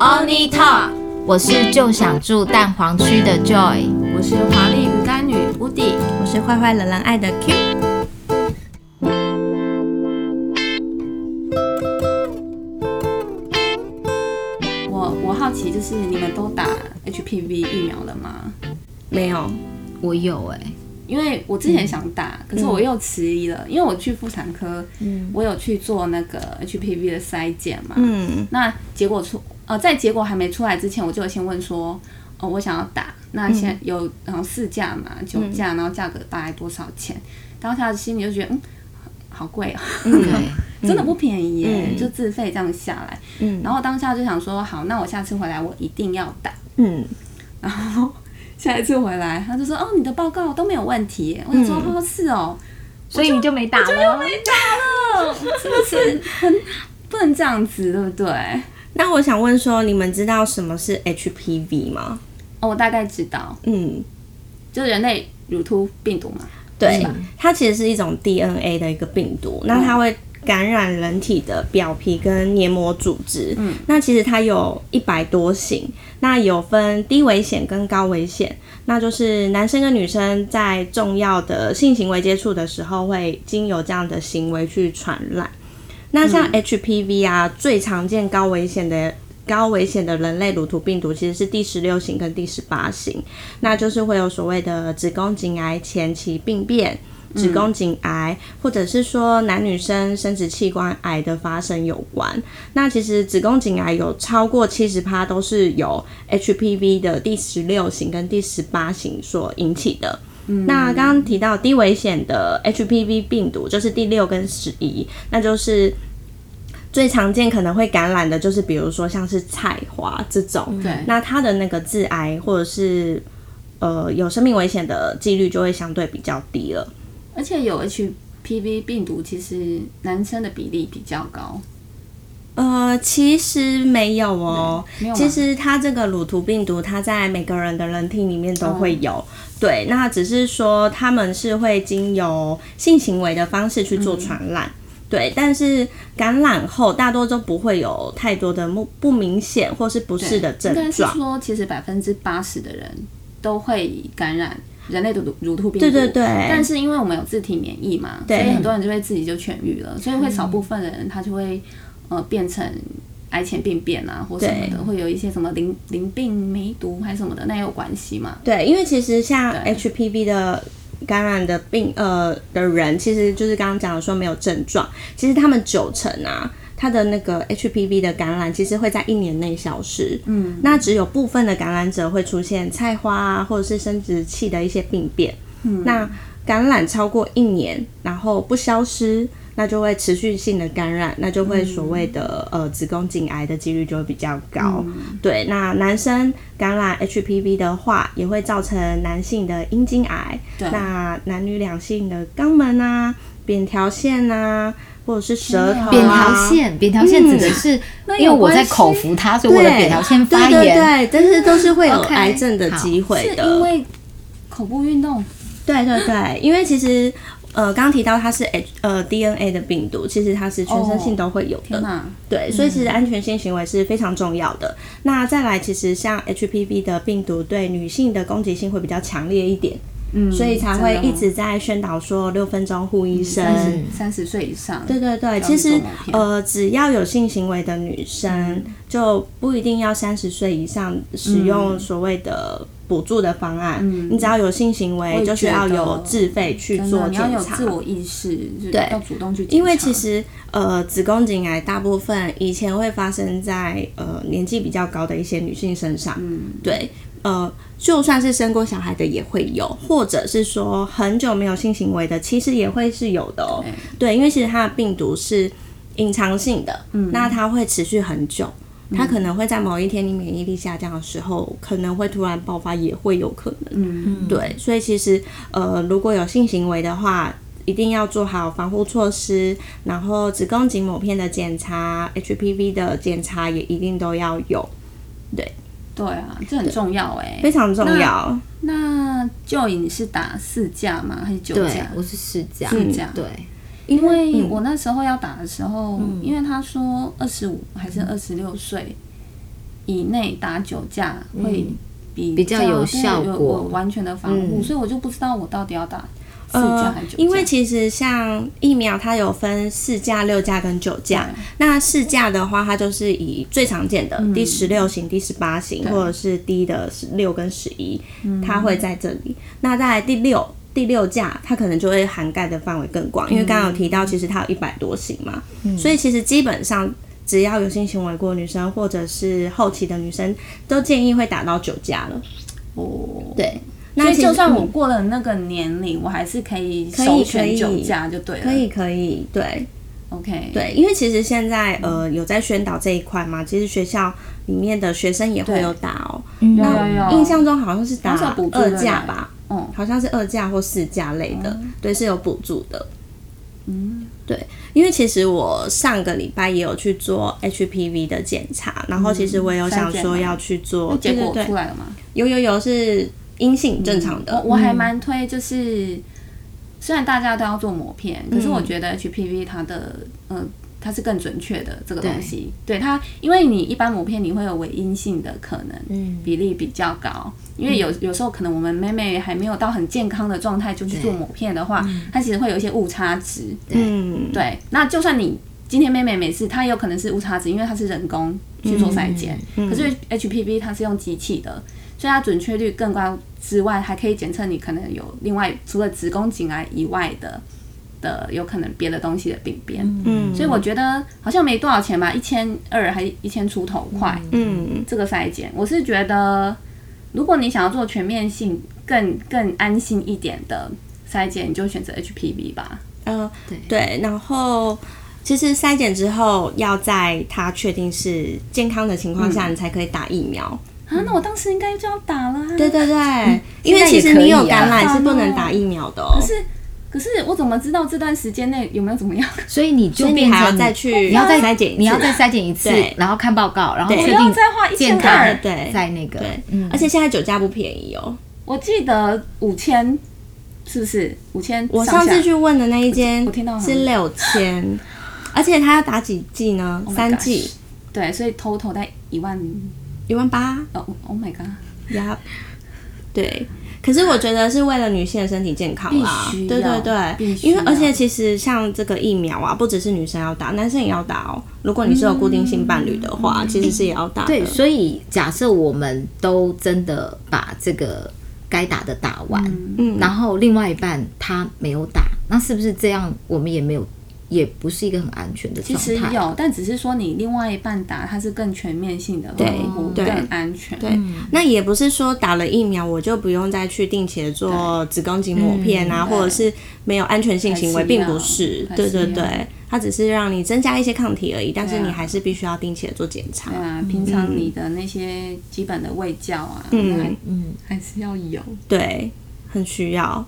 Only Talk，我是就想住蛋黄区的 Joy。我是华丽鱼干女乌迪，我是坏坏惹人爱的 Q。我我好奇就是你们都打 HPV 疫苗了吗？没有，我有哎、因为我之前想打，可是我又迟疑了，因为我去妇产科，我有去做那个 HPV 的筛检嘛，嗯，那结果出呃，在结果还没出来之前，我就有先问说，哦，我想要打，那现在嗯有然后四价嘛，九价，然后价格大概多少钱？当下心里就觉得，嗯，好贵哦，嗯 对，真的不便宜耶，就自费这样下来。嗯然后当下就想说，好，那我下次回来我一定要打。 嗯，然后下一次回来，他就说，哦，你的报告都没有问题耶。我就说，哦，是哦，所以你嗯就没打了。 是不是很不能这样子，对不对？那我想问说，你们知道什么是 HPV 吗？哦，我大概知道，嗯，就人类乳突病毒嘛。对，嗯它其实是一种 DNA 的一个病毒，那它会感染人体的表皮跟黏膜组织。嗯，那其实它有一百多型，那有分低危险跟高危险。那就是男生跟女生在重要的性行为接触的时候，会经由这样的行为去传染。那像 HPV 啊，最常见高危险的高危险的人类乳突病毒其实是第十六型跟第十八型，那就是会有所谓的子宫颈癌前期病变。子宫颈癌，或者是说男女生生殖器官癌的发生有关。那其实子宫颈癌有超过七十趴都是由 HPV 的第十六型跟第十八型所引起的。那刚刚提到低危险的 HPV 病毒就是第六跟十一，那就是最常见可能会感染的，就是比如说像是菜花这种，对嗯那它的那个致癌或者是呃有生命危险的几率就会相对比较低了。而且有 HPV 病毒，其实男生的比例比较高。呃，其实没有哦对没有。吗其实它这个乳突病毒，它在每个人的人体里面嗯都会有。对，那只是说他们是会经由性行为的方式去做嗯传染。对，但是感染后大多都不会有太多的不不明显或是不适的症应该是状。说，其实百分之八十的人都会感染人类的乳乳突病毒。对对对，但是因为我们有自体免疫嘛，所对嗯以很多人就会自己就痊愈了，所以会少部分的人他就会呃变成癌前病变啊或什么的，会有一些什么淋淋病梅毒还是什么的，那也有关系嘛。对，因为其实像对 HPV 的感染的病呃的人，其实就是刚刚讲的说没有症状，其实他们九成啊。他的那个 HPV 的感染其实会在一年内消失，嗯，那只有部分的感染者会出现菜花啊，或者是生殖器的一些病变，嗯，那感染超过一年，然后不消失，那就会持续性的感染，那就会所谓的、呃子宫颈癌的几率就会比较高，对，那男生感染 HPV 的话，也会造成男性的阴茎癌，对那男女两性的肛门啊、扁条线啊，或者是舌头、啊、扁桃腺，扁桃腺指的是，因为我在口服它，所以对，我的扁桃腺发对炎。对对，但是都是会有 OK，癌症的机是会的，因为口部运动对对对，因为其实。呃，刚提到它是 H 呃 DNA 的病毒，其实它是全身性都会哦有的。天哪，对，所以嗯其实安全性行为是非常重要的。那再来，其实像 HPV 的病毒对女性的攻击性会比较强烈一点，嗯，所以才会真的嗯一哦直在宣导说六分钟护医生。三十三十岁以上，对对要对，其做实某片呃，只要有性行为的女生，就不一定要三十岁以上使用所谓的补助的方案。你只要有性行嗯我为，也就是觉要得有自费去真做的，你要检有查。自我意识，就是对要主动去检查。因为其实呃，子宫颈癌大部分以前会发生在呃年纪比较高的一些女性身上，嗯对，呃，就算是生过小孩的也会有，或者是说很久没有性行为的，其实也会是有的哦、对，因为其实它的病毒是隐藏性的，嗯那它会持续很久。它可能会在某一天你免疫力下降的时候，可能会突然爆发，也会有可能。嗯，对，所以其实呃，如果有性行为的话，一定要做好防护措施，然后子宫颈抹片的检查、HPV 的检查也一定都要有，对啊，这很重要哎。非常重要。那就你是打四价吗？还是九对价，？我是试驾。四价。对，因为嗯我那时候要打的时候，因为他说二十五还是二十六岁以内打九价会嗯比比较有效对有果有完全的防护，所以我就不知道我到底要打四价呃还是九价、，因为其实像疫苗，它有分四价、六价跟九价。那四价的话，它就是以最常见的、第十六型、第十八型，嗯对嗯或者是低的六跟十一、它会在这里。那再来第六。第六价，它可能就会涵盖的范围更嗯广，因为刚刚有提到，其实它有一百多型嘛，所以其实基本上只要有性行为过的女生或者是后期的女生，都建议会打到九价了。哦，对，所那以其实就算我嗯过了那个年龄，我还是可以以首选可酒以驾就对了。可以可以，对， ，OK，，对，因为其实现在呃有在宣导这一块嘛，其实学校里面的学生也会对有打哦。有嗯，有有，印象中好像是打好像补助二对不价对吧，嗯好像是二价或四价类的，对，是有补助的。嗯，对，因为其实我上个礼拜也有去做 HPV 的检查，然后其实我也有筛想检说吗要去做，结果对对出对，来了吗？嗯有有有是阴性正常的，嗯我我还蛮推，就是虽然大家都要做膜片，可嗯是我觉得 HPV 它的呃它是更准确的这个东西，对它，因为你一般膜片你会有伪阴性的可能，嗯比例比较高。因为有有时候可能我们妹妹还没有到很健康的状态就去做膜片的话，它其实会有一些误差值。嗯，对，那就算你今天妹妹没事，她也有可能是误差值，因为它是人工嗯去做筛检。可是 HPV 它是用机器的，所以它准确率更高之外，还可以检测你可能有另外除了子宫颈癌啊以外的的有可能别的东西的病变。嗯，所以我觉得好像没多少钱吧，一千二还一千出头块。嗯这个筛检，我是觉得，如果你想要做全面性、更更安心一点的筛检，你就选择 HPV 吧。呃，对对，然后其实筛检之后，要在他确定是健康的情况嗯下，你才可以打疫苗。啊，那我当时应该就要打了、啊。嗯对对对，因现为在其也实可你以啊有感染是不能打疫苗的、哦，可是，可是我怎么知道这段时间内有没有怎么 样？所以你就所以你变还要成再去你要再筛检一次，你要再筛检一次对，然后看报告，然后对确我定要再花一健千康二，对在那个对，嗯，而且现在酒驾不便宜哦。我记得五千，是不是五千？我上次去问的那一间，我听到是六千，而且他要打几剂呢？ Oh my 三 gosh 剂，对，所以 total 在一万。一万八哦，Oh my god！呀。对，可是我觉得是为了女性的身体健康啦，必须对对要对必，须因为而且要其实像这个疫苗啊，不只是女生要打，男生也要打哦。如果你是有固定性伴侣的话，其实是也要打的。对，所以假设我们都真的把这个该打的打完，嗯然后另外一半他没有打，那是不是这样我们也没有，也不是一个很安全的其状态？实有，但只是说你另外一半打，它是更全面性的对防护，对更安全。对，那也不是说打了疫苗我就不用再去定期的做子宫颈抹片啊，对或者是没有安全性行为，还是并要不是。嗯还是对要对对，它只是让你增加一些抗体而已，但是对啊你还是必须要定期的做检查对。啊，平常你的那些基本的卫教啊，嗯还嗯，还是要有。对，很需要。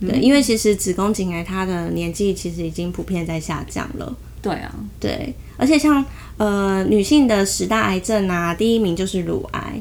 对，嗯因为其实子宫颈癌它的年纪其实已经普遍在下降了。对啊，对，而且像呃女性的十大癌症啊，第一名就是乳癌，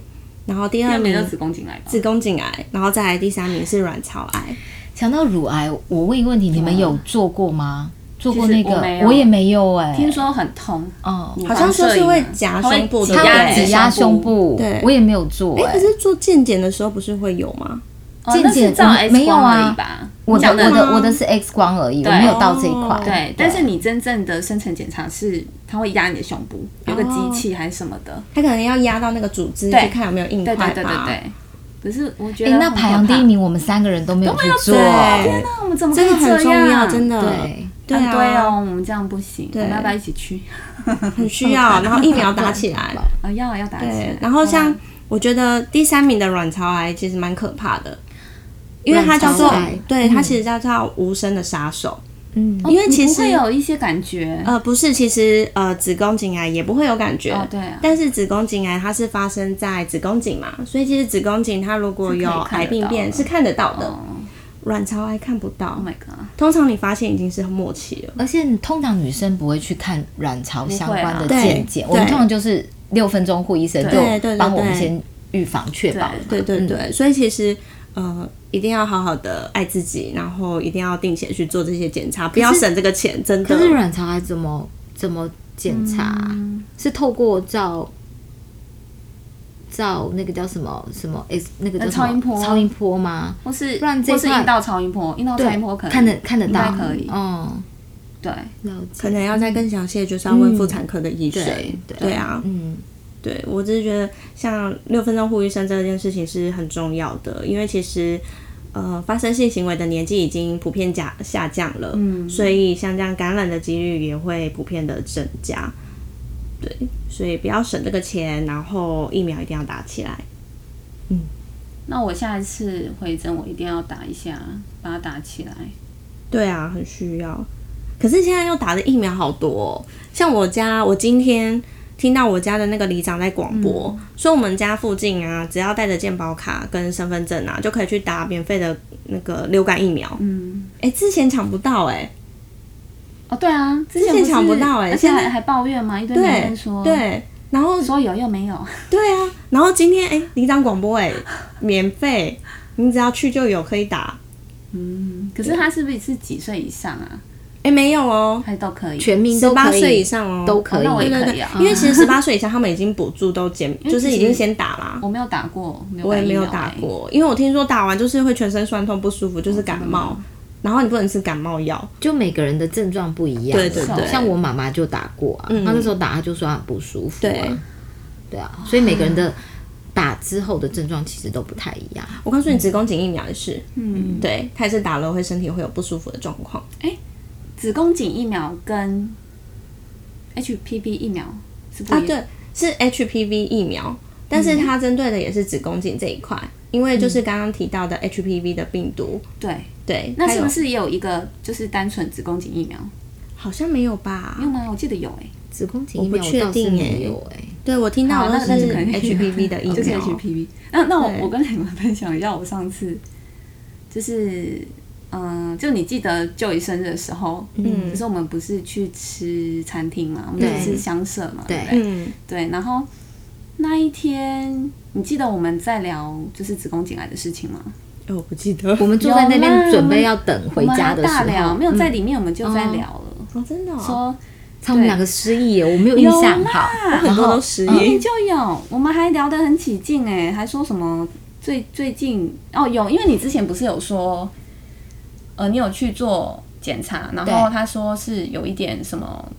然后第第二二名名就子宫颈癌吧。子宫颈癌，然后再来第三名是卵巢癌。想到乳癌，我问一个问题，你们有做过吗？做过那其实个我没有也没有哎、听说很痛，哦，乳好房像说摄是影会啊夹它会胸部挤对不它压会对挤压胸部，对我也没有做哎、哎、可是做健检的时候不是会有吗？哦健那是检照我嗯 X 没有光啊而已吧？我你的讲我吗的我的是 X 光而已，我啊对没有到这一块。对，但是你真正的生成检查是它会压你的胸部，有个机器还是什么的。他可能要压到那个组织对去看有没有硬对块哦吧。对对对对。可是我觉哎、得那很可排行第怕一，名，我们三个人都没有去做，对，啊那我们怎么可以哦真的很这重要，样真的。对，对啊啊，对哦，我们这样不行，我对们要不要一起去？很需 要。然后疫苗打起来，啊，要啊要打起来对。。然后好像吧我觉得第三名的卵巢癌其实蛮可怕的，因为它叫做卵巢癌对嗯它其实叫做无声的杀手。 嗯，哦因为你其不实会有一些感觉，呃，不是，其实呃子宫颈癌也不会有感觉。哦对啊但是子宫颈癌它是发生在子宫颈嘛，所以其实子宫颈它如果是可以有看得癌病到变的是看得到的，哦卵巢癌看不到，Oh。my god，通常你发现已经是末期了。而且你通常女生不会去看卵巢相关的不会啊健检，对我们对通常就是六分钟护医生对就对对对帮我们对先预防确保了嘛。对对嗯对，所以其实呃，一定要好好的爱自己，然后一定要定期地去做这些检查，不要省这个钱，真的可。是卵巢嗯癌怎么怎么检查啊？是透过照照那个叫什么什么 X 那个叫呃什么超音波超音波吗？或是不然这一或是块阴道超音波，阴道超音波可能看得看得应该到，可以，嗯，对，了解，可能要再更详细，就是要问妇产科的医生。对对对啊，嗯，对我只是觉得像六分钟呼吁声这件事情是很重要的，因为其实呃发生性行为的年纪已经普遍下下降了，嗯所以像这样感染的几率也会普遍的增加。对，所以不要省这个钱，然后疫苗一定要打起来。那我下一次回诊，我一定要打一下，把它打起来。对啊，很需要。可是现在要打的疫苗好多、哦，像我家，我今天听到我家的那个里长在广播、嗯说，我们家附近啊，只要带着健保卡跟身份证啊，就可以去打免费的那个流感疫苗。嗯，哎、之前抢不到哎、哦，对啊，之之前是抢不到而欸且现在还还抱怨嘛，一堆男人说，，对，啊然后说有又没有，对啊，然后今天哎，里、长广播哎、免费，你只要去就有可以打。嗯，可是他是不是是几岁以上啊？哎、没有哦，还都可以，全民十都八可以岁以上哦，都可以，哦那我也对可对以对啊，因为其实十八岁以下他们已经补助都减，为就是其实已经先打啦。我没有打过，我也没疫有苗打欸，过，因为我听说打完就是会全身酸痛不舒服，就是感冒，嗯然后你不能吃感冒药。就每个人的症状不一样，对对对像我妈妈就打过啊，嗯她那时候打她就说她很不舒服、啊，对，对啊，所以每个人的打之后的症状其实都不太一样，我告诉你，子宫颈疫苗也是，嗯，对，它也是打了会身体会有不舒服的状况。子宫颈疫苗跟 HPV 疫苗是不啊，一嗯样，对，是 HPV 疫苗，但是它针对的也是子宫颈这一块，因为嗯就是刚刚提到的 HPV 的病毒，对，对，那它是有不是也有一个就是单纯子宫颈疫苗？好像没有吧没？有吗？我记得有哎，子宫颈疫我苗不我倒确是定没欸有哎、对，我听到好，的那都那是就可以 HPV 的 疫就是苗， HPV。那那我对我跟你们分享一下，我上次就是嗯、呃就你记得就医生日的时候，嗯就是我们不是去吃餐厅嘛，我们对去吃香舍嘛，对对不对？嗯，对，然后那一天你记得我们在聊就是子宫颈癌的事情吗？哎我不记得，我们坐在那有啦边准备要等回我们家还的时大候，嗯聊，没有在里面，我们就在哦聊了，哦，真的、哦，说他们对两个失忆耶，我没有印有象，啦好，很多都失嗯明明忆，就有，我们还聊得很起劲哎、还说什么最最近哦有，因为你之前不是有说，呃，你有去做检查，然后对他说是有一点什么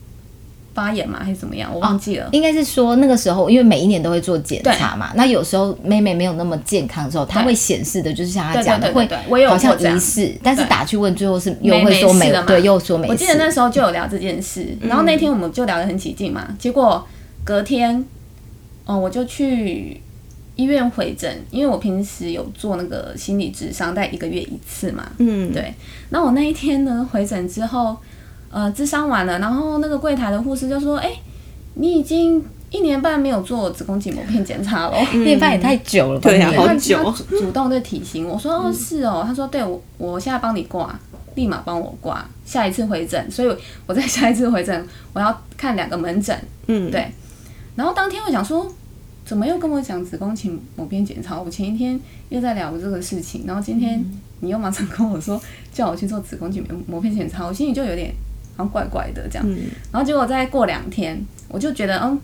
发炎嘛，还是怎么样，我忘记了。应该是说那个时候，因为每一年都会做检查嘛，那有时候妹妹没有那么健康的时候，她对会显示的，就是像她对对讲的，对对会对我也有好像过这样疑似，但是对打去问，最后是又没会说没没事了嘛对，又说没事。嗯我记得那时候就有聊这件事，然后那天我们就聊得很起劲嘛。结果隔天，哦，我就去医院回诊，因为我平时有做那个心理智商，在一个月一次嘛。嗯，对那我那一天呢回诊之后，呃，智商完了，然后那个柜台的护士就说：“哎、你已经一年半没有做子宫颈膜片检查了。那班也太久了吧？对啊你 好他久嗯他主主动就提醒我说：“哦，是哦。”他说：“对我，我现在帮你挂，立马帮我挂，下一次回诊。”所以我在下一次回诊，我要看两个门诊。嗯，对然后当天我想说，怎么又跟我讲子宫颈某边检查？我前一天又在聊这个事情，然后今天嗯你又马上跟我说叫我去做子宫颈膜片检查，我心里就有点好像怪怪的这样。嗯然后结果再过两天，我就觉得嗯，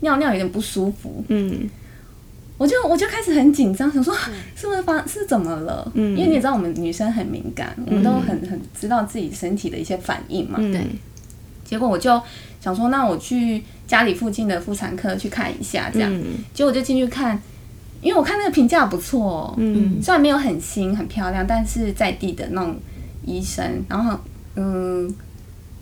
尿尿有点不舒服，嗯我就我就开始很紧张，想说啊是不是发是怎么了？嗯因为你也知道我们女生很敏感，我们都很很知道自己身体的一些反应嘛。嗯，结果我就想说，那我去家里附近的妇产科去看一下，这样。嗯结果我就进去看，因为我看那个评价不错哦，嗯虽然没有很新很漂亮，但是在地的那种医生，然后嗯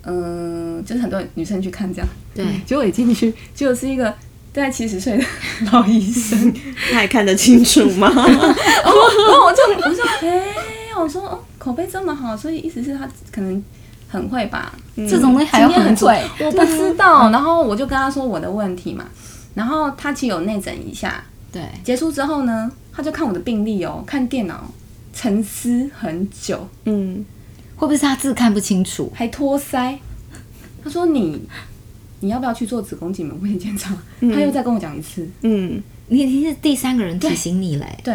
嗯，就是很多女生去看这样。对，结果我一进去，结果是一个大概七十岁的老医生，他还看得清楚吗？然后我就 我 就哎、我说哦，口碑这么好，所以意思是他可能很会吧，这种东西还要经验很很准。贵，我不知道。然后我就跟他说我的问题嘛，然后他其实有内诊一下，对，结束之后呢，他就看我的病历哦，看电脑沉思很久， 嗯，会不会是她字看不清楚？还托腮。他说你你要不要去做子宫颈膜片检查？他又再跟我讲一次，嗯你已经是第三个人提醒你嘞、对。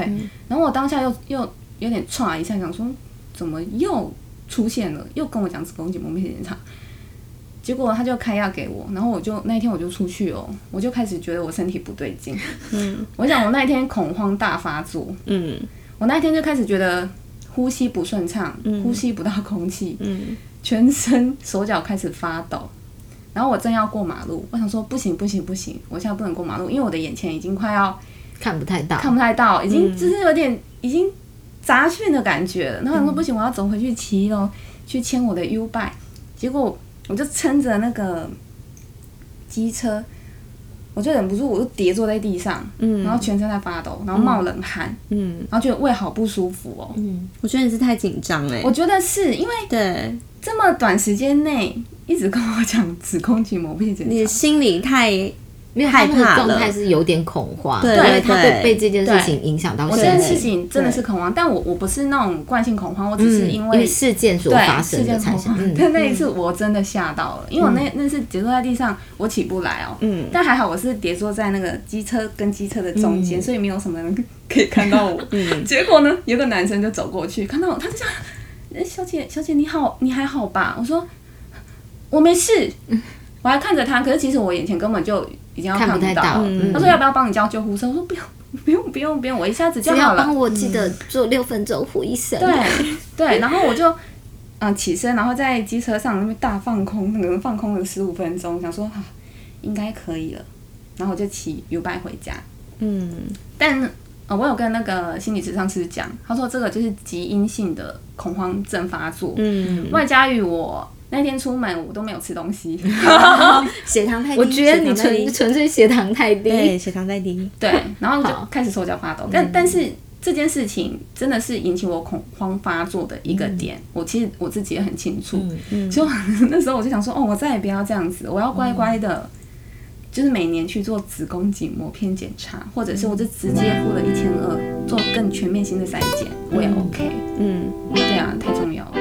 然后我当下又又有点歘一下，想说怎么又出现了，又跟我讲子宫颈膜片检查。结果他就开药给我，然后我就那一天我就出去哦，我就开始觉得我身体不对劲。嗯，我想我那一天恐慌大发作，嗯我那一天就开始觉得呼吸不顺畅，呼吸不到空气，嗯全身手脚开始发抖。然后我正要过马路，我想说不行不行不行，我现在不能过马路，因为我的眼前已经快要看不太到，看不太到，已经就是有点已经杂讯的感觉了。然后我想说不行，我要走回去骑一楼去牵我的 U bike。结果我就撑着那个机车，我就忍不住，我就跌坐在地上，嗯然后全身在发抖，然后冒冷汗，嗯，然后觉得胃好不舒服哦。嗯，我觉得你是太紧张哎我，觉得是因为对，这么短时间内一直跟我讲子宫颈膜壁你检的查，心里太因为他那个害怕状了态是有点恐慌，对对他对会被这件事情影响到我这身件体事情真的是恐慌，但我我不是那种惯性恐慌，我只是嗯因因为为事件所发对，事生件的恐产生慌，， 嗯，但那一次我真的吓到了，因为我那那次跌坐在地上，我起不来哦。嗯但还好我是跌坐在那个机车跟机车的中间，所以没有什么人可以看到我。结果呢，有个男生就走过去，看到我，他就讲：“哎，小姐，小姐你好，你还好吧？”我说：“我没事。”我还看着他，可是其实我眼前根本就已经要看看不太到到，了。嗯他说：“要不要帮你叫救护车？”我说：“不用，不用，不用，不用，我一下子只就好要了帮。”我记得做六分钟呼一声，对对，然后我就嗯、呃起身，然后在机车上那边大放空，那个放空了十五分钟，想说啊应该可以了，然后我就骑 U bike 回家。嗯但呃我有跟那个心理咨商师讲，他说这个就是极阴性的恐慌症发作，嗯，外加于我。那天出门我都没有吃东西，血糖太低，我觉得你血糖太纯低纯粹血糖太低，对，血糖太低，对，然后 就好嗯开始手脚发抖。但但是这件事情真的是引起我恐慌发作的一个点，我其实我自己也很清楚。嗯所以我那时候我就想 说，哦，我再也不要这样子，我要乖乖嗯的，就是每年去做子宫颈膜片检查，或者是我就直接嗯付了一千二做更全面性的筛检，我也 OK。嗯。对啊，太重要了。